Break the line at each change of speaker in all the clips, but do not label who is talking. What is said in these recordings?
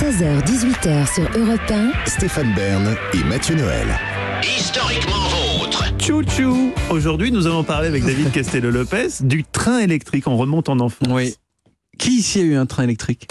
16h-18h sur Europe 1.
Stéphane Bern et Mathieu Noël.
Historiquement vôtre.
Tchou-tchou Aujourd'hui, nous allons parler avec David Castello-Lopez du train électrique. On remonte en enfance.
Oui. Qui ici a eu un train électrique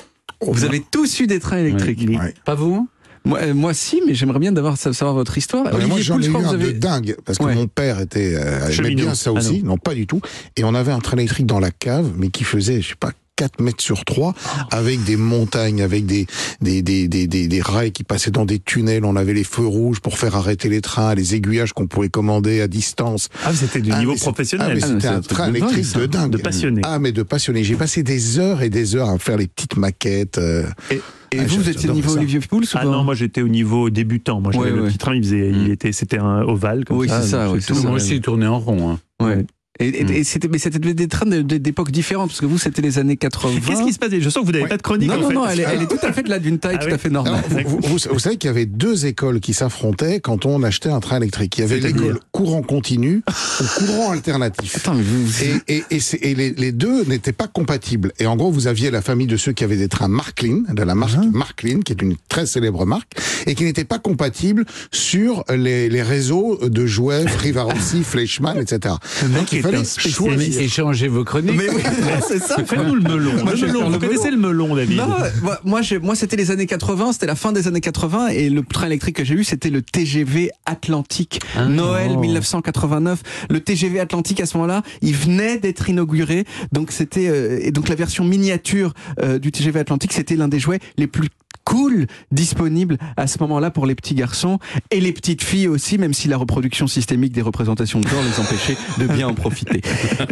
Vous avez tous eu des trains électriques.
Oui.
Ouais.
Pas
hein
vous moi, euh, moi, si, mais j'aimerais bien d'avoir savoir votre histoire.
Ouais, moi,
Olivier
Ah j'en
Pouls,
ai
je
eu
crois que
un
vous
de
avez-
dingue, parce que
Ouais.
mon père était, euh, aimait
Cheminot.
bien ça
Ah
aussi, non. pas du tout, et on avait un train électrique dans la cave, mais qui faisait, je sais pas, 4 mètres sur 3, avec des montagnes, avec des, des, des, des, des, des rails qui passaient dans des tunnels, on avait les feux rouges pour faire arrêter les trains, les aiguillages qu'on pouvait commander à distance.
Ah, c'était du
Ah,
niveau
mais c'est- ah,
professionnel.
mais
Ah, mais
c'était
c'est
un
un truc
train
de dingue,
électrique
ça.
de dingue.
De passionné.
Ah, mais de passionné. J'ai passé des heures et des heures à faire les petites maquettes. euh,
Et, et
Ah,
vous, vous
j'adore
étiez niveau
ça.
Olivier Pouls ou
Ah
pas
non, moi j'étais au niveau débutant. Moi j'avais
Ouais,
le
ouais. Mm.
petit train, il faisait, il était, c'était un ovale comme
Oui,
ça.
c'est ça,
donc
oui,
c'était-
c'est ça.
Moi aussi, il tournait en rond. hein.
Ouais. Hmm. Et, et- et c'était, mais c'était des trains de- de- d'époques différentes, parce que vous, c'était les années Ah. 80.
Qu'est-ce qui se passe Je sens que vous n'avez
Ouais.
pas de chronique
Non,
en
non,
fait.
non, elle est, elle est tout à fait de là d'une taille
Ah
tout
oui.
à fait
Alors,
normale.
vous, vous- vous savez qu'il y avait deux écoles qui s'affrontaient quand on achetait un train électrique. Il y avait l'école courant continu ou courant alternatif.
Attends, mais vous- vous-
Et, et- et c'est- et les, les deux n'étaient pas compatibles. Et en gros, vous aviez la famille de ceux qui avaient des trains Marklin, de la marque Marklin, qui est une très célèbre marque, et qui n'étaient pas compatibles sur les, les réseaux de jouets, Frivarossi, Fleischmann, etc. Donc il
est
fallait
un
choisir.
Ah, Échangez vos
Ah,
chroniques.
Mais oui, c'est ça.
Faites-nous le melon.
Moi,
Le
je vais
melon,
faire
Vous
le
connaissez le melon, David
Non, moi, moi, j'ai- moi, c'était les années 80, c'était la fin des années 80, et le train électrique que j'ai eu, c'était le TGV Atlantique. Noël 1989. Le TGV Atlantique, à ce moment-là, il venait d'être inauguré, donc c'était, euh, et donc la version miniature euh, du TGV Atlantique, c'était l'un des jouets les plus cool disponibles à ce moment-là pour les petits garçons et les petites filles aussi, même si la reproduction systémique des représentations de genre les empêchait de bien en profiter.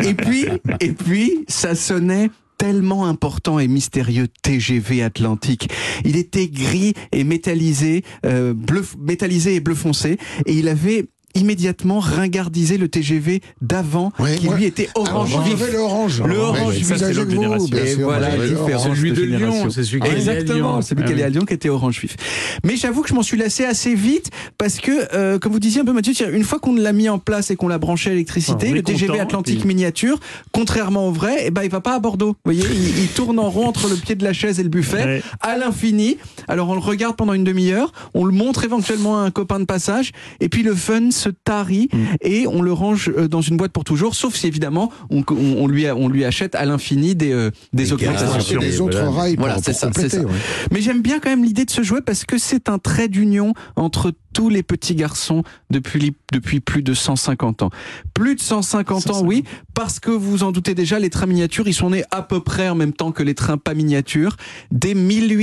Et puis, et puis, ça sonnait tellement important et mystérieux TGV Atlantique. Il était gris et métallisé, euh, bleu, métallisé et bleu foncé, et il avait immédiatement ringardisé le TGV d'avant,
Ouais,
qui
ouais. Ah,
lui était
Alors,
orange
j'avais
vif.
le orange.
Le orange,
Ouais, je
ça,
suis
c'est
avec
l'autre
vous,
génération.
bien
Et
sûr,
voilà
j'avais
la
le orange.
différence.
Celui de Lyon, c'est celui qui est allé à
Exactement,
Lyon.
celui
Ah
qui allait
oui.
à Lyon qui était orange vif. Mais j'avoue que je m'en suis lassé assez vite parce que, euh, comme vous disiez un peu Mathieu, c'est-à-dire, une fois qu'on l'a mis en place et qu'on l'a branché à l'électricité,
Ouais, on est
le TGV
content,
Atlantique
puis-
miniature, contrairement au vrai, eh ben, il va pas à Bordeaux. Vous voyez, il, il tourne en rond entre le pied de la chaise et le buffet
Ouais.
à l'infini. Alors on le regarde pendant une demi-heure, on le montre éventuellement à un copain de passage, et puis le fun se tarit et on le range euh, dans une boîte pour toujours, sauf si évidemment on, on- on lui, a- on lui achète à l'infini des, euh, des
Ah,
augmentations.
c'est les autres rails pour,
Voilà, c'est
pour
ça,
compléter,
c'est ça.
ouais.
Mais j'aime bien quand même l'idée de ce jouet parce que c'est un trait d'union entre tous les petits garçons depuis, li- depuis plus de 150 ans. Plus de 150 ans, oui, parce que vous en doutez déjà, les trains miniatures, ils sont nés à peu près en même temps que les trains pas miniatures. Dès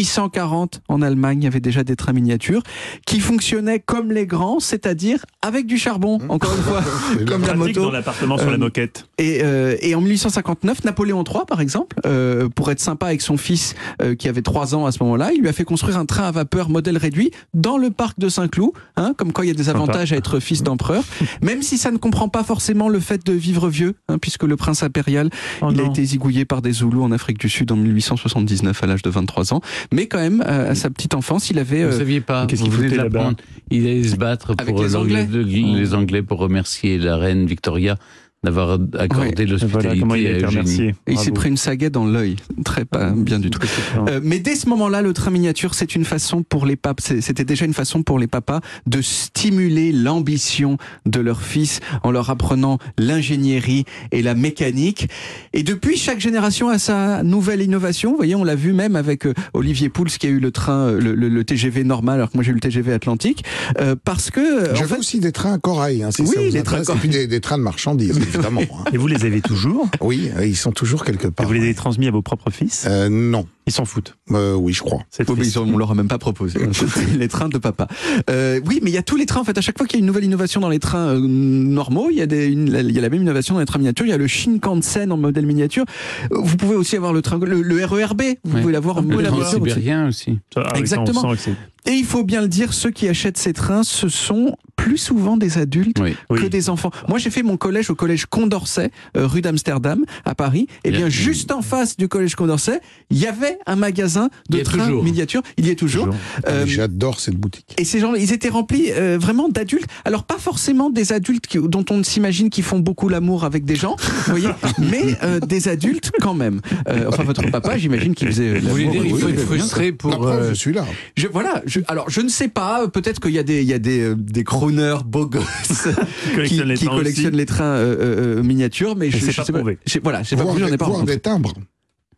1840, en Allemagne, il y avait déjà des trains miniatures qui fonctionnaient comme les grands, c'est-à-dire avec du charbon, encore une fois, Ah, comme la
Pratique
moto.
dans l'appartement sur la
Euh,
moquette.
Et, euh, et en 1859, Napoléon III, par exemple, euh, pour être sympa avec son fils euh, qui avait trois ans à ce moment-là, il lui a fait construire un train à vapeur modèle réduit dans le parc de Saint-Cloud, hein, comme quoi il y a des avantages à être fils d'empereur, même si ça ne comprend pas forcément le fait de vivre vieux, hein, puisque le prince impérial,
Oh
il a
non.
été zigouillé par des Zoulous en Afrique du Sud en 1879 à l'âge de 23 ans, mais quand même, euh, à sa petite enfance, il avait...
Vous
euh,
saviez pas,
qu'est-ce
vous
qu'il
venez de
foutait là-bas
l'apprendre. Il allait se battre
Avec
pour euh,
les Anglais.
de- les Anglais pour remercier la reine Victoria d'avoir accordé
Voilà
l'hospitalité
comment il a
à
été
Eugénie.
remercié.
il s'est
Bravo. Ah,
pris une sagaie dans l'œil, très pas hein, bien du tout. Euh, mais dès ce moment-là, le train miniature, c'est une façon pour les papes, c'est- c'était déjà une façon pour les papas de stimuler l'ambition de leur fils en leur apprenant l'ingénierie et la mécanique. Et depuis, chaque génération a sa nouvelle innovation. Vous voyez, on l'a vu même avec euh, Olivier Pouls qui a eu le train, euh, le, le- le TGV normal, alors que moi j'ai eu le TGV Atlantique, euh, parce que euh, en
J'avais
fait,
aussi des trains à corail, hein, si
Oui,
ça vous
des trains à
intéresse. Et puis des, des trains de marchandises, évidemment. hein.
Et vous les avez toujours
Oui, euh, ils sont toujours quelque
Et
part.
vous les avez transmis à vos propres fils
Euh, non,
Ils s'en foutent.
Euh, oui, je crois.
C'est
Oh, mais
triste.
ils ont- on leur a même pas proposé. hein. C'était les trains de papa. Euh, oui, mais il y a tous les trains. En fait, à chaque fois qu'il y a une nouvelle innovation dans les trains euh, normaux, il y, a des, une- il y a la même innovation dans les trains miniatures. Il y a le Shinkansen en modèle miniature. Euh, Vous pouvez aussi avoir le train, le, le RERB. Vous
Ouais.
pouvez l'avoir en
Le
modèle miniature aussi.
transsibérien aussi.
Ça, ah oui, ça, on
Exactement.
sent que c'est-
Et il faut bien le dire, ceux qui achètent ces trains, ce sont plus souvent des adultes
Oui.
que
Oui.
des enfants. Moi, j'ai fait mon collège au collège Condorcet, euh, rue d'Amsterdam, à Paris. Et
Il y a-
bien, juste en face du collège Condorcet, il y avait un magasin de
Il y a
trains
toujours.
miniatures. Il y est toujours.
Toujours.
Euh,
J'adore cette boutique.
et ces gens, ils étaient remplis euh, vraiment d'adultes. Alors pas forcément des adultes qui- dont on s'imagine qu'ils font beaucoup l'amour avec des gens, vous voyez, mais euh, des adultes quand même. Euh, enfin votre papa, j'imagine qu'il faisait euh,
Vous voulez
l'amour.
dire, il
oui,
faut
oui.
être frustré
La
pour.
preuve,
euh,
je suis là.
Je, voilà. je- alors je ne sais pas. euh, Peut-être qu'il y a des, il y a des, euh, des crooners beaux gosses qui,
collectionne les
qui
trains aussi.
collectionnent les trains euh, euh, euh, miniatures, mais je,
c'est
je
pas
sais pas.
prouvé.
je- voilà, je sais pas.
Voir,
plus, j'en ai
des,
pas
voir
rencontré.
des timbres.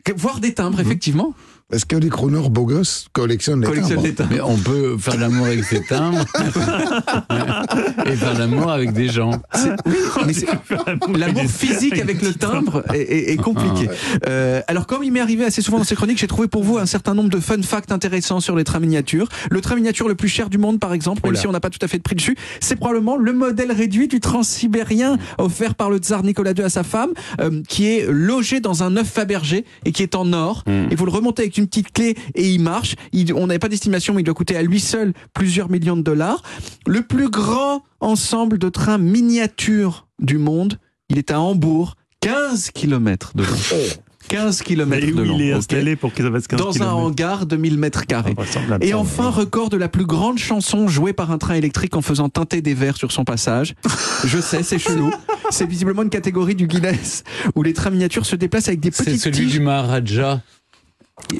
Que- Voir des timbres, effectivement.
Est-ce que les chroneurs beaux gosses collectionnent les
Collectionne
timbres
des timbres.
Mais on peut faire l'amour avec ses timbres et faire l'amour avec des gens.
Mais c'est- L'amour physique avec le timbre est, est- est compliqué. Euh, alors, comme il m'est arrivé assez souvent dans ces chroniques, j'ai trouvé pour vous un certain nombre de fun facts intéressants sur les trains miniatures. Le train miniature le plus cher du monde, par exemple, même si on n'a pas tout à fait de prix dessus, c'est probablement le modèle réduit du transsibérien offert par le tsar Nicolas II à sa femme, euh, qui est logé dans un œuf Fabergé et qui est en or. Et vous le remontez avec une petite clé et il marche. Il- on n'avait pas d'estimation, mais il doit coûter à lui seul plusieurs millions de dollars. Le plus grand ensemble de trains miniatures du monde, il est à Hambourg, 15 km de long. 15 km
Et
de
où
long.
il est
ok
installé pour que ça fasse 15
Dans un
kilomètres.
hangar de 1000 mètres carrés.
Invraisemblable.
Et enfin, record de la plus grande chanson jouée par un train électrique en faisant teinter des verres sur son passage. Je sais, c'est chelou. C'est visiblement une catégorie du Guinness où les trains miniatures se déplacent avec des
C'est
petites
celui
tiges.
du Maharaja.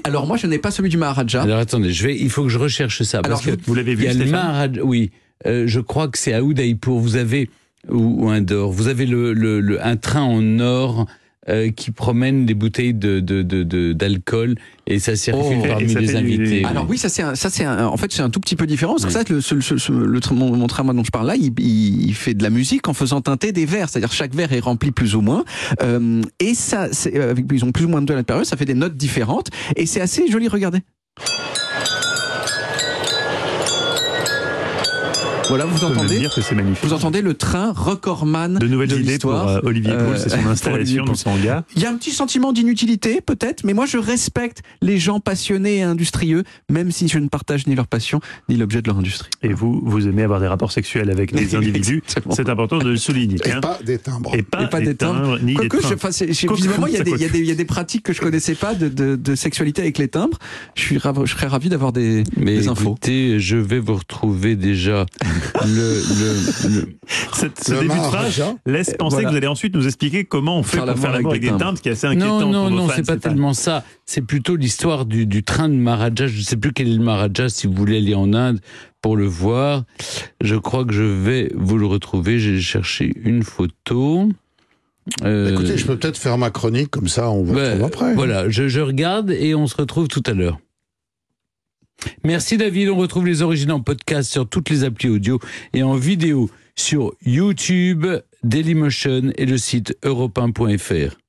Alors moi, je n'ai pas celui du Maharaja.
Alors attendez, je vais, il faut que je recherche ça.
Ah. Alors,
Parce que
Vous l'avez
il y
vu,
a le
Stéphane
Maharaja. Oui, Euh, je crois que c'est à Udaipur. Vous avez, ou, ou Indore, vous avez le, le- le- un train en or. euh, qui promène des bouteilles d'alcool de, de, de, d'alcool et ça circule
Oh. Et
parmi
ça
les
fait du-
invités.
Alors oui, ça c'est un- ça c'est un- en fait c'est un tout petit peu différent parce que ça le, ce- ce- ce- le tra- mon, mon train moi, dont je parle là, il, il- il fait de la musique en faisant teinter des verres, c'est-à-dire chaque verre est rempli plus ou moins Euh, et ça c'est euh, avec ils ont plus ou moins de deux à l'intérieur, ça fait des notes différentes et c'est assez joli regardez. Voilà, vous
On peut même
entendez
dire que c'est magnifique.
vous entendez le train recordman
de nouvelles idées pour
l'histoire.
euh, Olivier Pouls et
Euh,
son
pour
installation
Olivier
dans son hangar.
il y a un petit sentiment d'inutilité, peut-être, mais moi je respecte les gens passionnés et industrieux, même si je ne partage ni leur passion, ni l'objet de leur industrie.
Et vous, vous aimez avoir des rapports sexuels avec les individus.
Exactement.
C'est important de le souligner.
Et
hein.
pas des timbres.
Et pas,
et pas des timbres.
ni des
Quoique, je-
trains.
enfin, c'est- c'est-
Quoique,
visiblement, il y, a
ça,
des, il, y a
quoique.
des, il y a des pratiques que je connaissais pas de, de, de sexualité avec les timbres. Je, suis rav- je serais ravi d'avoir des,
Mais
des infos.
écoutez, je vais vous retrouver déjà le, le, le,
Cette- ce
Le
début de phrase
Maharaja,
laisse penser
voilà.
que vous allez ensuite nous expliquer comment on fait
Faire
pour faire l'amour avec des timbres, ce qui est assez inquiétant.
Non, non,
pour nos
non,
fans,
c'est pas tellement ça. C'est plutôt l'histoire du, du train de Maharaja. Je ne sais plus quel est le Maharaja. Si vous voulez aller en Inde pour le voir, je crois que je vais vous le retrouver. J'ai cherché une photo. Euh,
Écoutez, je peux peut-être faire ma chronique, comme ça on va
bah,
retrouve après.
Voilà, je, je regarde et on se retrouve tout à l'heure. Merci David, on retrouve les origines en podcast sur toutes les applis audio et en vidéo sur YouTube, Dailymotion et le site europe1.fr.